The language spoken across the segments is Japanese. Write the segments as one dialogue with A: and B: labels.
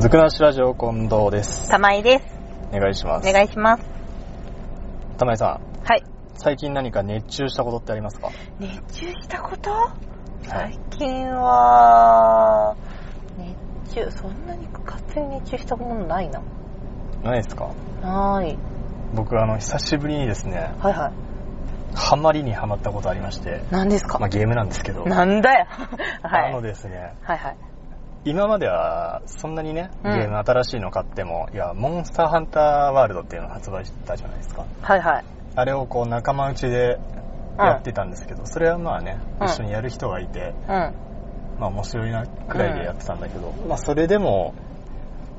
A: ずくなしラジオ近藤です。
B: 玉井です。
A: お願いしま
B: お
A: す。
B: 願いします。
A: 玉井さん、
B: はい。
A: 最近何か熱中したことってありますか
B: 熱中したこと最近は、熱中、そんなに部活に熱中したものないな。
A: ないですか
B: ない。
A: 僕、あの、久しぶりにですね、
B: はいは
A: ハマりにハマったことありまして、
B: い。何ですか、
A: まあゲームなんですけど、
B: な んだよ。は。
A: ないの
B: はい
A: でですね、
B: はい。
A: 今まではそんなにね、ゲ
B: うん
A: ーム新しいの買っても、いや、モンスターハンターワールドっていうのを発売したじゃないですか。
B: はいはい。
A: あれをこう仲間内でやってたんですけど、それはまあね、
B: うん
A: 一緒にやる人がいて、
B: うん。
A: まあ面白いなくらいでやってたんだけど、まあそれでも、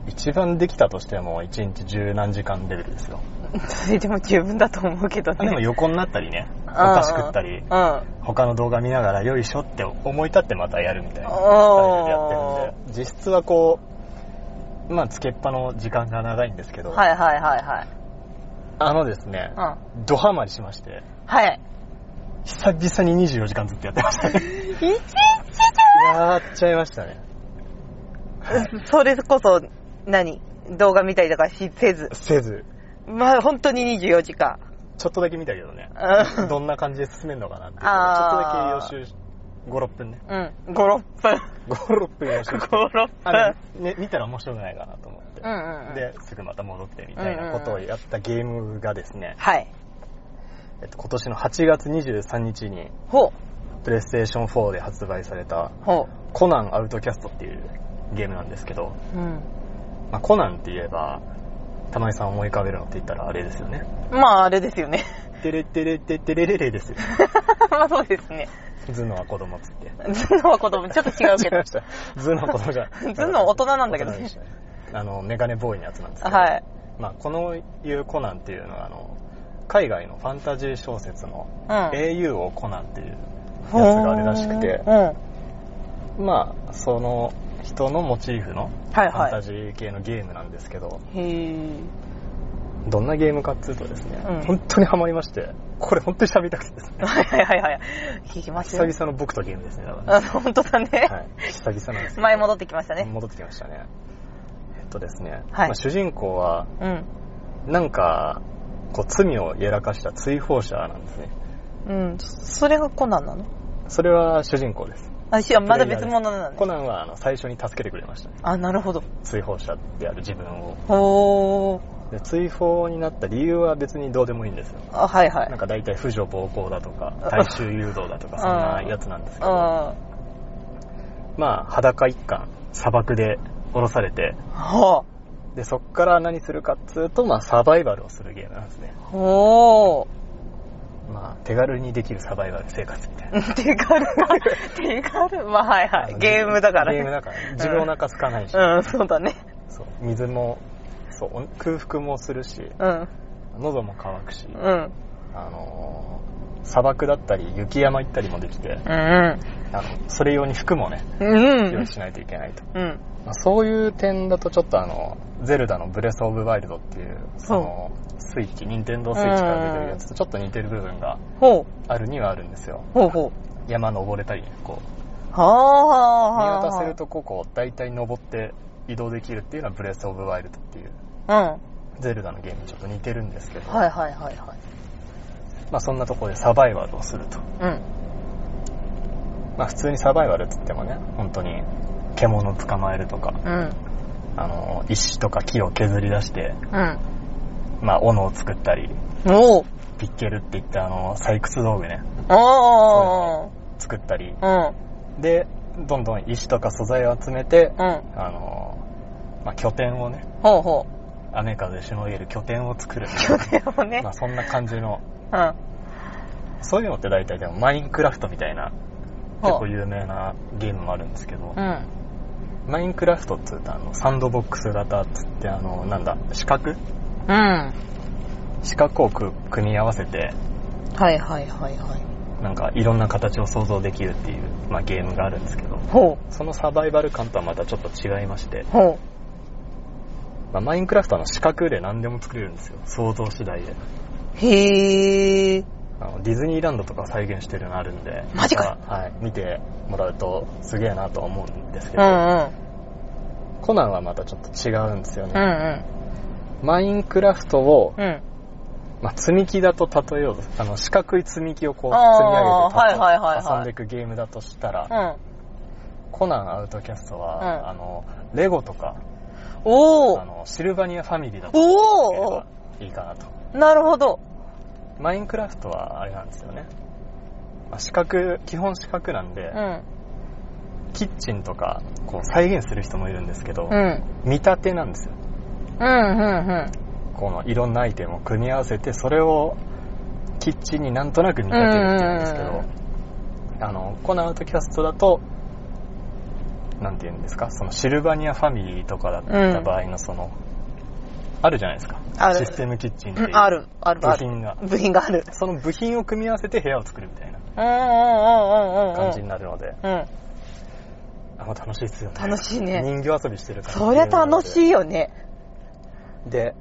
A: 一番できたとしても1日十何時間レベルですよ。
B: それでも十分だと思うけどね。
A: でも横になったりね、お
B: うん
A: 菓子食ったり
B: うん。、は
A: 他の動画見ながらよいしょって思い立ってまたやるみたいなスタイルでやってるんで、実質はこう、まあつけっぱの時間が長いんですけ
B: い
A: ど、
B: はいはいはい。
A: あのですね
B: う、ん。
A: ドハマりしまして、
B: はい。
A: 久々に24時間ずっとやってましたね。
B: 一日
A: やっちゃいましたね。
B: 中それこそ、何動画見たりとかしせず。
A: せず、
B: まあ、本当に24時間。
A: ちょっとだけ見たけどね。
B: うん
A: どんな感じで進めるのかなっていう。ちょ
B: あ
A: っ
B: ー
A: とだけ予習し、5、6分ね。
B: うん。5、6分。
A: 5、6分予習して。
B: 5、6
A: あれ
B: 分。、
A: ね、見たら面白くないかなと思って
B: う。んうんうん。
A: で、すぐまた戻ってみたいなことをやったゲームがですね、
B: はい。
A: えっと、今年の8月23日に、
B: ほ
A: プレイステーション4で発売された、
B: う。ほ
A: コナンアウトキャストっていうゲームなんですけど、
B: う。うん。
A: まあ、コナンって言えば、玉井さん思い浮かべるのって言ったらあれですよね。
B: まあ、あれですよね。
A: てれてれててれれれですよ。
B: まあ、そうですね。
A: 頭脳は子供っつって。
B: 頭脳は子供、ちょっと違う
A: 違
B: け
A: い
B: ど
A: ま。した。頭脳子供じ ゃない。
B: 頭脳大人なんだけどね
A: 大人でしたね。あの、メガネボーイのやつなんですけど。
B: はい。
A: まあ、このいうコナンっていうのは、あの、海外のファンタジー小説の
B: うん。
A: 英雄王コナンっていうやつ
B: ほう
A: があるらしくて
B: う、ん。は
A: まあ、その人のモチーフのフ
B: い
A: ァン
B: は
A: タジー系のゲームなんですけど、
B: い。へー
A: どんなゲームかっつうとですね、
B: うん
A: 本当にハマりまして、これ本当に喋りたくてですね、
B: はいはいはい。聞きまし
A: 久
B: たよ。
A: 々の僕とゲームですね、だから
B: あ、本当だね。
A: ね。はい、久々なんですけど
B: 前戻ってきましたね。
A: 戻ってきましたね。えっとですね、
B: はい
A: まあ主人公は、
B: うん。
A: なんか、こう、罪をやらかした追放者なんですね。
B: うん。それがコナンなの
A: それは主人公です。
B: あ、しまだ別物なの
A: コ
B: ね。
A: ナンはあの最初に助けてくれましたね。
B: あ、なるほど。
A: 追放者である自分を。
B: ほー。
A: で追放になった理由は別にどうでもいいんですよ。
B: あ、はいは
A: なん
B: い。
A: か大体婦女暴行だとか、大衆誘導だ とか、そんなやつなんですけど、
B: あ
A: まあ裸一貫、砂漠で降ろされて、
B: ー。は
A: で、そっから何するかっつうと、まあサバイバルをするゲームなんですね
B: あ。。ほー。
A: まあ手軽にできるサバイバル生活みたいな。
B: 手軽な、手軽まあはいはい。ゲームだから
A: ゲーム
B: ね。
A: だから。自分お腹空かないし、
B: うん、そうだね。
A: そう水も、そう、空腹もするし、
B: うん。
A: 喉も乾くし、
B: うん。
A: あのー砂漠だったり雪山行ったりもできて、
B: うん。
A: あの、それ用に服もね、
B: うん。
A: 用意しないといけないと。
B: うん。
A: まあ、そういう点だとちょっとあの、ゼルダのブレスオブワイルドっていう、その、スイッチ、ニンテンドースイッチから出てるやつとちょっと似てる部分が
B: ほ
A: あるにはあるんですよ。
B: う。ほうほう。
A: 山登れたりね、こう、
B: はあは
A: 見
B: あはあ。
A: 渡せる。とここう、大体登って移動できるっていうのはブレスオブワイルドっていう、
B: うん。は
A: ゼルダのゲームにちょっと似てるんですけ
B: い
A: ど、
B: はいはいはい。
A: まあそんなとこでサバイバルをすると。
B: うん。
A: まあ普通にサバイバルって言ってもね、本当に獣捕まえるとか、
B: うん。
A: あの、石とか木を削り出して、
B: うん。
A: まあ斧を作ったり、
B: おう。
A: ピッケルって言ってあの、採掘道具ね、
B: あ
A: 作ったり、
B: あ。
A: で、どんどん石とか素材を集めて、
B: うん。うん。
A: あの、まあ拠点をね、
B: ほうほ
A: 雨風しのげる拠点を作る。
B: う。でもね
A: まあ。そんな感じの、
B: うん。
A: そういうのって大体でもマインクラフトみたいな、結
B: ほ
A: 構有名なゲームもあるんですけど
B: う。う、ん。
A: マインクラフトっつうとあの、サンドボックス型っつってあの、なんだ、四角
B: うん。
A: 四角をく組み合わせて、
B: はいはいはいはい。
A: なんかいろんな形を想像できるっていう、まあ、ゲームがあるんですけど、
B: ほ
A: そのサバイバル感とはまたちょっと違いまして
B: う。、ほ
A: まあ、マインクラフトの四角で何でも作れるんですよ。想像次第で。
B: う。へえ。
A: あのディズニーランドとか再現してるのあるんで、
B: マジか
A: またはい、見てもらうとすげえなとは思うんですけ
B: う
A: ど、
B: んうん。
A: コナンはまたちょっと違うんですよ
B: うん
A: ね。
B: う
A: マインクラフトを、
B: ん。うん。
A: まあ、積み木だと例えようと、あの、四角い積み木をこう、積み
B: あー
A: 上げて、
B: はいはいはいはい
A: 遊んでいくゲームだとしたら、
B: うん。
A: コナンアウトキャストは、
B: うん
A: あの、レゴとか、
B: お
A: あ
B: ー
A: の、シルバニアファミリーだとけれ
B: お
A: ばいいかなと。
B: ーなるほど。
A: マインクラフトはあれなんですよね。まあ四角、基本四角なんで、
B: うん。
A: キッチンとか、こう再現する人もいるんですけど、
B: うん。
A: 見立てなんですよ。
B: うんうん
A: このいろんなアイテムを組み合わせて、それをキッチンになんとなく見立てるっていうんですけ
B: うんうん
A: ど、あの、コナンアウトキャストだと、なんて言うんですか、そのシルバニアファミリーとかだった場合のその、あるじゃないですか。
B: ある
A: システムキッチンって
B: う
A: い
B: ん。
A: う
B: ある、ある、
A: 部
B: ある。
A: 品が。
B: 部品がある。
A: その部品を組み合わせて部屋を作るみたいな
B: うんうんうんうんうん。
A: 感じになるので、
B: うん。
A: あの楽しいですよね。
B: 楽しいね。
A: 人形遊びしてる感じ
B: そりゃ楽しいよね。
A: で、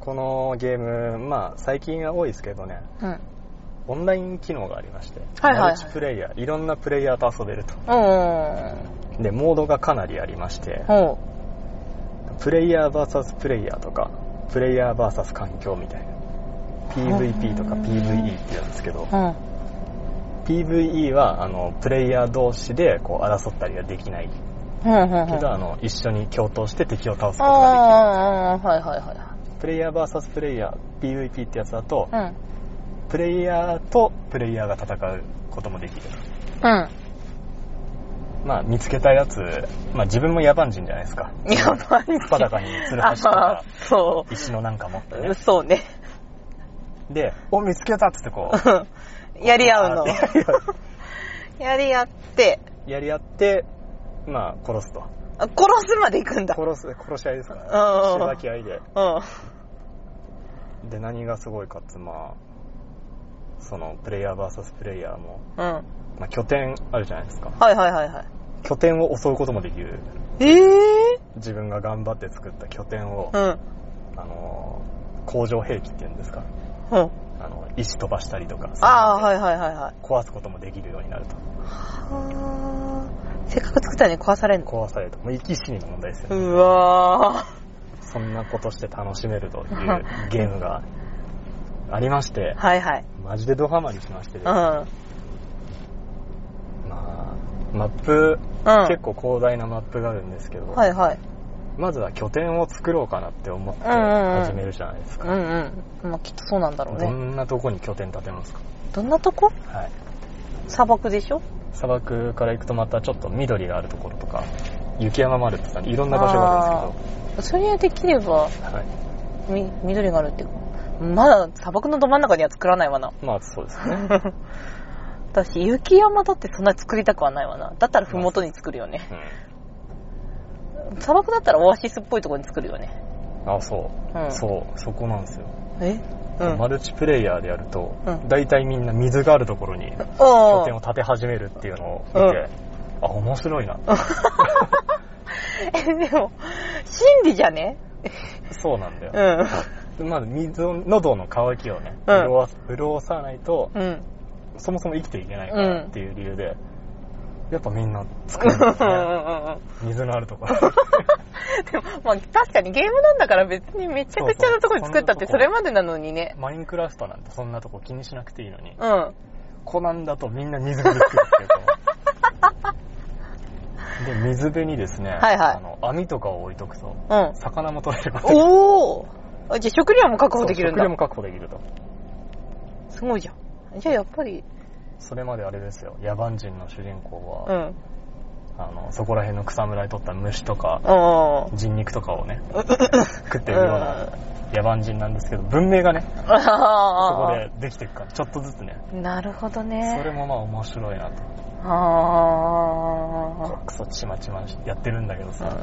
A: このゲーム、まあ最近は多いですけどね、
B: うん。
A: オンライン機能がありまして、
B: はいはいはい
A: マルチプレイヤー、いろんなプレイヤーと遊べると。
B: うん。
A: で、モードがかなりありまして、
B: ほ
A: プレイヤー VS プレイヤーとか、プレイヤー VS 環境みたいな。PVP とか
B: うん
A: PVE って言うんですけど
B: う。、うん。
A: PVE はあのプレイヤー同士でこう争ったりはできない
B: うんうんうん。
A: けど、あの一緒に共闘して敵を倒す
B: あ
A: ことが
B: あ、はいはいはい
A: できる。プレイヤー VS プレイヤー、PVP ってやつだと、
B: はい。
A: プレイヤーとプレイヤーが戦うこともできる。
B: うん。うん。
A: まあ見つけたやつ、まあ自分も野蛮人じゃないですか。
B: や ばい。
A: 素裸にツルハシと
B: あ
A: か
B: あ、そ
A: 石のなんか持ってね
B: う。。そうね。
A: で、お、見つけたっつってこう。
B: うんやり合うの。
A: やり合う
B: やり合って、
A: やり合って、まあ殺すと。
B: あ殺すまで行くんだ。
A: 殺す、殺し合いですから、ね。
B: う
A: し
B: ん
A: ばき合いで。
B: うん。
A: で、何がすごいかっつ、まあ、その、プレイヤー VS プレイヤーも、
B: うん。は
A: まあ、拠点あるじゃないですか。
B: いはいはいはい。
A: 拠点を襲うこともできる。
B: ええ
A: 自分が頑張って作った拠点を、
B: うん。
A: あのー、工場兵器っていうんですか。
B: うん。
A: あの、石飛ばしたりとか、
B: ああ、はいはいはいはい。
A: 壊すこともできるようになると。
B: あーせっかく作ったのに壊されんの
A: 壊されると。もう生き死にの問題ですよね。
B: うわ
A: そんなことして楽しめるというゲームがありまして
B: ー。、はいはい。
A: マジでドハマりしましてね、
B: うん。うん。
A: まあ、マップ、
B: は
A: 結構広大なマップがあるんですけど、
B: いはい。
A: まずは拠点を作ろうかなって思って
B: うんうんうん
A: 始めるじゃないです
B: う
A: か。
B: んうん。まあ、きっとそうなんだろう
A: ど
B: ね。
A: んなとこに拠点建てますか
B: どんなとこ
A: はい。
B: 砂漠でしょ
A: 砂漠から行くとまたちょっと緑があるところとか、雪山もあるって言ったんでいろんな場所があるんで
B: それできれば、
A: すけど、はい。
B: み、緑があるっていうか。まだ砂漠のど真ん中には作らないわな。
A: まあそうですね。
B: 私、雪山だってそんなに作りたくはないわな。だったらふもとに作るよね。砂漠だったらオアシスっぽいところに作るよね。
A: うん。あ、そう、
B: うん
A: そう、そこなんですよ。
B: えうん。
A: マルチプレイヤーでやると、
B: うん
A: 大体みんな水があるところに拠点を
B: お
A: 建て始めるっていうのを見て、
B: うん
A: あ、面白いな。
B: え、 でも、真理じゃね
A: そうなんだ
B: う
A: よ。
B: ん。
A: まず水を、喉の渇きをね、
B: うん
A: 潤わ潤さないと、
B: うん。
A: そもそも生きていけないからっていう理由で、やっぱみんな作
B: うん
A: るん
B: うん
A: です
B: う
A: ね。
B: んうん
A: 水のあるとこ ろ。
B: でも、まあ、確かにゲームなんだから別にめちゃくちゃなとこに作ったって
A: そうそう
B: それまでなのにね。
A: マインクラフトなんてそんなとこ気にしなくていいのに、
B: うん。
A: コナンだとみんな水辺作るって いう。で、水辺にですね、
B: はいはい
A: あの網とかを置いとくと、
B: うん。
A: 魚も取れることが
B: おーあじゃあ食料も確保できるん
A: そう食
B: だ
A: 料。も確保できると。
B: すごいじゃん。じゃあやっぱり、
A: それまであれですよ、野蛮人の主人公
B: う
A: は、
B: ん。
A: あの、そこら辺の草むらに取った虫とか、
B: うん。
A: 人肉とかをね、食ってるような野蛮人なんですけど、文明がね、そこ
B: ああ
A: でできていくから、ちょっとずつね。
B: なるほど
A: それ
B: ね。
A: もまあ面白いなと。
B: あ
A: クソちまちまやってるんだけど
B: あ
A: さ、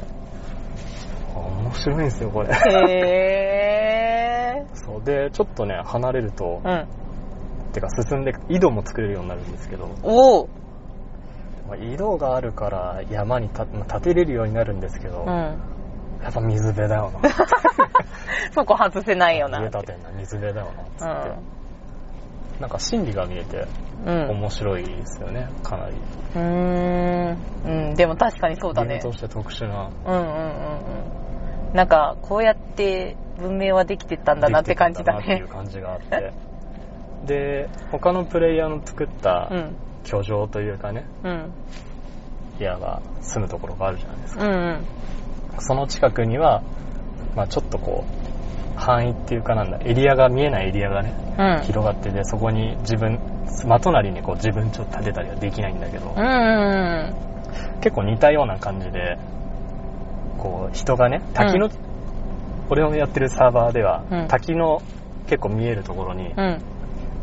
A: 面白いんですよ、こ れ。
B: へえ。
A: そう、で、ちょっとね、離れると
B: う、ん。
A: てか進んで、井戸も作れるようになるんですけど、
B: おお。
A: まあ井戸があるから山にたまあ建てれるようになるんですけど、
B: うん。
A: やっぱ水辺だよな。
B: そこ外せないよな。
A: 家建てんな水辺だよな、つって。なんか心理が見えて
B: うん。
A: 面白いですよね、かなり。
B: うーん。うん。でも確かにそうだ
A: ゲー
B: ね
A: ム。として特殊な。
B: うんうんうんうん。なんか、こうやって文明はできてったんだなって感じだ
A: できて
B: ね
A: た。なっていう感じがあって。で、他のプレイヤーの作った
B: うん。
A: 居城というかね、
B: うん。
A: 部屋が住むところがあるじゃないですか。
B: うんうん。
A: その近くには、まあちょっとこう、範囲っていうかなんだ、エリアが見えないエリアがね、
B: うん。
A: 広がってて、そこに自分、まとなりにこう自分ちょっと建てたりはできないんだけど
B: うんう、ん
A: 結構似たような感じで、こう人がね、滝の、
B: うん
A: 俺のやってるサーバーでは、
B: うん
A: 滝の結構見えるところに
B: う、ん。う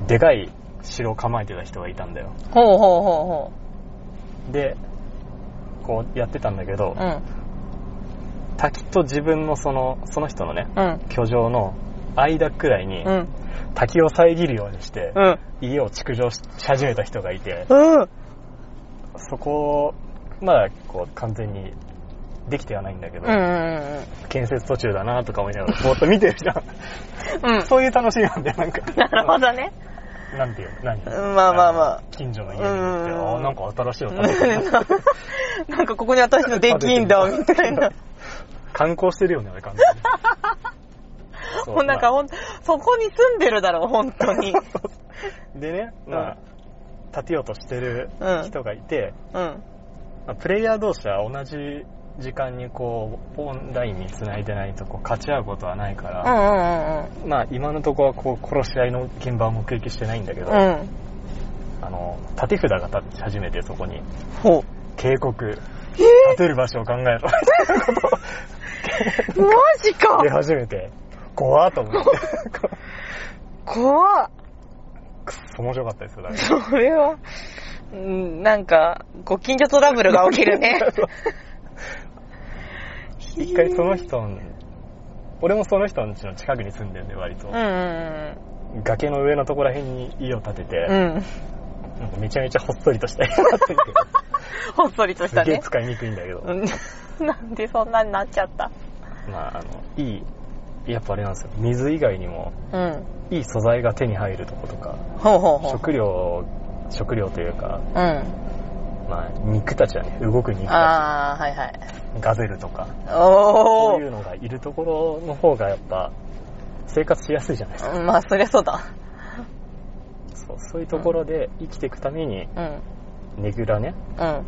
B: ん。
A: でかい城を構えてた人がいたんだよ。
B: ほうほうほ
A: で、こうやってたんだけど
B: うほう。う、ん。
A: 滝と自分のその、その人のね、
B: うん。
A: 居城の間くらいに
B: う、ん。
A: 滝を遮るようにして、
B: うん。
A: 家を築城し始めた人がいて、
B: うん。
A: そこを、まだこう完全にできてはないんだけど、
B: うんうん
A: 建設途中だなとか思いながら、ぼーっと見てるじゃん。
B: うん。 うん。
A: そういう楽しみなんだよ、なんか。
B: なるほどね。
A: なんていうの何
B: うんまあまあまあ。
A: 近所の家に行って、
B: うん
A: あーなんか新しいの建ててるな
B: なんかここに私の できんだ、みたい な。
A: 観光してるよね、あれ完全 に。そ
B: もうなんか
A: ま
B: ほん、そこに住んでるだろう、本当 に。
A: あでね、まあ、建てようとしてる人がいて、
B: うん。
A: まあプレイヤー同士は同じ時間にこう、オンラインに繋いでないとこう、勝ち合うことはないか
B: う
A: ら、
B: ん
A: まあ今のところはこう、殺し合いの現場を目撃してないんだけど、
B: うんうんうん。うん。
A: あの、建て札が立ち始めてそこに、
B: ほう。
A: 警告、建てる場所を考え ろ、
B: マジか
A: 出始めて、怖っと思って、
B: 怖っ
A: 面白かったですよ、だから
B: それは、うんなんか、ご近所トラブルが起き るね。
A: 一回その人の、俺もその人の家の近くに住んでるんで割と
B: うん。うん
A: 崖の上のところら辺に家を建てて、
B: うん。うん。
A: なんかめちゃめちゃほっそりとした家に なってる
B: ほっそりと
A: けど、
B: し
A: す
B: た
A: げえ
B: ね。
A: 使いにくいんだけど、
B: うんなんでそんなになっちゃった
A: まああの、いい、やっぱあれなんですよ、水以外にも、
B: うん。
A: いい素材が手に入るとことか、
B: ほうほうほう。
A: 食料、食料というか、
B: うん。
A: まあ肉たちはね、動く肉た
B: あー、はいはい。
A: ち、ガゼルとか、そ
B: お
A: う
B: ー
A: い。うのがいるところの方がやっぱ、生活しやすいじゃないですか。
B: うんまあ、そりゃそうだ。
A: そうそういうところで生きていくために、
B: うん。
A: ねぐらね、
B: うん。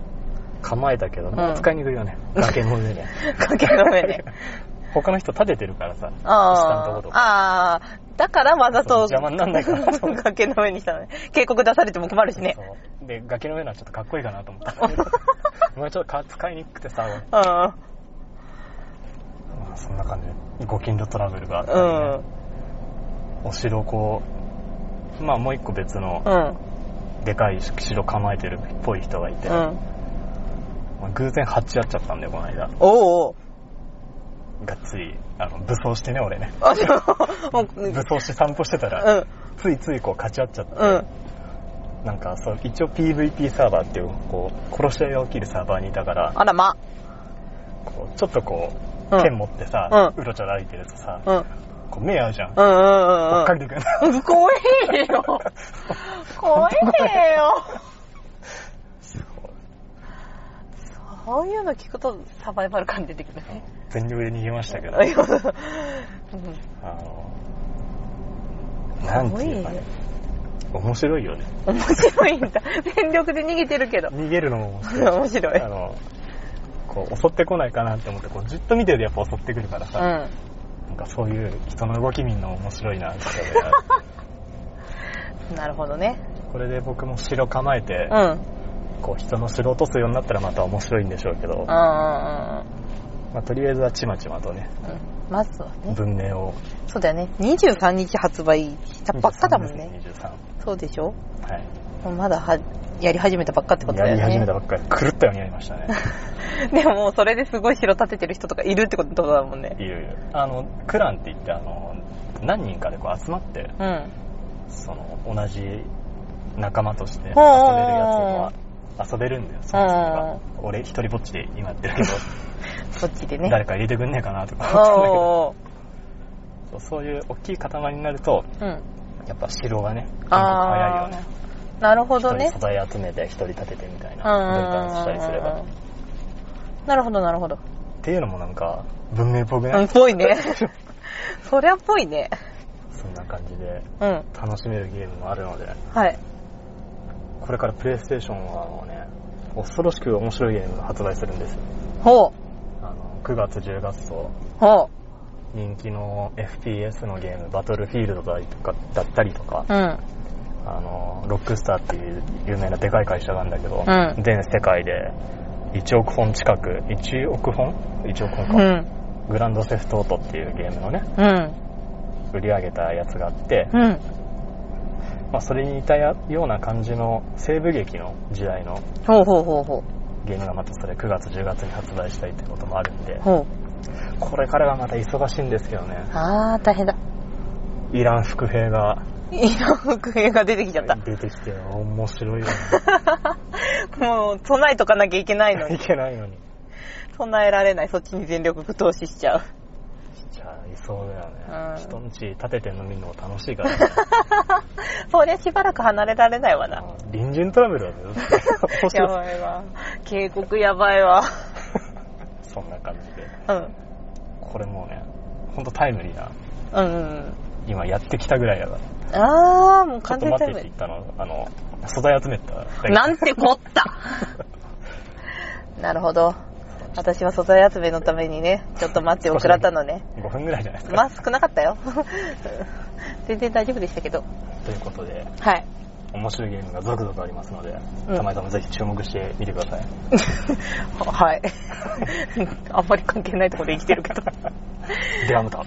A: 構えたけど、
B: ん
A: もう使いにくいよね。崖の 上で。
B: 崖の上ね。
A: 他の人立ててるからさ、 下のとこ
B: あ
A: ろ
B: あ。ああ。だからわざと。
A: そう邪魔になんない からそう
B: 崖の上にしたのね。警告出されても困るしね。
A: そうで、崖の上のはちょっとかっこいいかなと思 った。お前ちょっとか使いにくくてさ、
B: うん。
A: まあそんな感じで、ご近所トラブルがあった
B: う
A: り
B: ん。
A: ね、お城こう、まあもう一個別の
B: うん。
A: でかい城構えてるっぽい人がいて、
B: うん。
A: まあ偶然鉢合っちゃったんだよ、この間。
B: おうおう。
A: がっつり、あの、武装してね、俺ね。
B: あ、でも、もう、うん。
A: 武装して散歩してた
B: う
A: ら、
B: ん。
A: ついついこう勝ち合っちゃって、
B: うん。
A: なんかそう、一応 PVP サーバーっていう、こう、殺し合いが起きるサーバーにいたから、
B: あら、ま。
A: こうちょっとこ
B: う
A: う、
B: ん
A: 剣持ってさ、う
B: う
A: ろちょろ歩いてるとさ、
B: うん。うん
A: こう目合うじゃん。
B: う
A: 追
B: んうん
A: っか
B: う
A: けてくる。
B: ん。怖えよ。怖えよ。そういうの聞くとサバイバル感出てくるね。
A: 全力で逃げましたけど、
B: うん
A: あの、なんていうかね、面白いよね。
B: 面白いんだ。全力で逃げてるけど。
A: 逃げるのも面白い。
B: 面白い
A: あ。の、こう、襲ってこないかなって思って、こう、じっと見てるとやっぱ襲ってくるから
B: う
A: さ、
B: ん。
A: なんかそういう人の動き見るの面白いな、とかね
B: なるほどね。
A: これで僕も城構えて
B: う、ん。うんうん
A: こう、人の城落とすようになったらまた面白いんでしょうけど、
B: うん
A: まあ、とりあえずはちまちまとね、
B: うんうん。まずはね。
A: 文明を。
B: そうだよね。23日発売したばっかだもんね。
A: 23。
B: そうでしょ
A: はい。
B: まだは、やり始めたばっかってことだ
A: や
B: よ
A: り
B: ね。
A: 始めたばっかり、狂ったようにやりましたね。
B: でももうそれですごい城立ててる人とかいるってことだもんね
A: い。よいよ。あの、クランって言って、あの、何人かでこう集まって、
B: うん。
A: その、同じ仲間として遊べるやつ
B: あ
A: は、遊べるんだよ、そもそもが。俺一人ぼっちで今やってるけど、
B: そっちでね。
A: 誰か入れてくんねえかなとか思ってたんだけど
B: おー。
A: そう、そういう大きい塊になると、
B: うん。
A: やっぱ城がね、
B: あ
A: 韓国早いよね。
B: ーなるほどね
A: 一人素材集めて一人立ててみたいな、
B: うん
A: 分担したりすれば。っ
B: なるほどなるほど
A: ていうのもなんか、文明っぽく
B: う
A: なんい
B: ぽ いねそりゃぽいね
A: そんな感じで
B: うん
A: 楽しめるゲームもあるので、
B: はい
A: これからプレイステーションはもうね、恐ろしく面白いゲームが発売するんですよ。
B: ほ
A: あの9月、10月と
B: うほ
A: 人気の FPS のゲーム、バトルフィールドだとかだったりとか、
B: ううん
A: あの、ロックスターっていう有名なでかい会社なんだけど、
B: うん
A: 全世界で1億本近く、1億本 ?1 億本
B: う
A: か、
B: ん
A: グランドセフトオートっていうゲームのね、
B: うん
A: 売り上げたやつがあって、
B: うん
A: まあ、それに似たような感じの西部劇の時代の
B: ほうほうほうほ
A: ゲームがまたそれ9月、10月に発売したいってこともあるんで
B: う、ほ
A: これからがまた忙しいんですけどね、
B: うあー大変だ
A: イラン伏兵が
B: いろ復元が出てきちゃった
A: 出てきて面白いよね。
B: もう備えとかなきゃいけないの
A: い
B: に
A: けないのに。
B: 備えられないそっちに全力投資しちゃう
A: じゃあ、いそうだよね。
B: うん
A: 人んち立てて飲みるのも楽しいからね。
B: そりゃしばらく離れられないわな
A: 隣人トラブルだよ。面
B: や
A: 白い。
B: ばいわ警告やばいわ
A: そんな感じで。
B: うん
A: これもうね、ほんとタイムリーな。
B: うん
A: 今やってきたぐらいだから。
B: ああもう
A: ちょっ
B: 完
A: と
B: 全
A: 待
B: タ
A: っ
B: イ
A: てっ
B: ム
A: て
B: リ
A: 言ったの。あの、素材集めた。
B: ーなんてこったなるほど私は素材集めのためにねちょっと待って遅らったのね
A: ?5 分ぐらいじゃないです
B: ま
A: か。
B: あ少なかったよ全然大丈夫でしたけど
A: ということで、
B: はい
A: 面白いゲームが続々ありますので、
B: うん
A: たまにさんもぜひ注目してみてください。
B: はいあんまり関係ないところで生きてるけど
A: ではまた。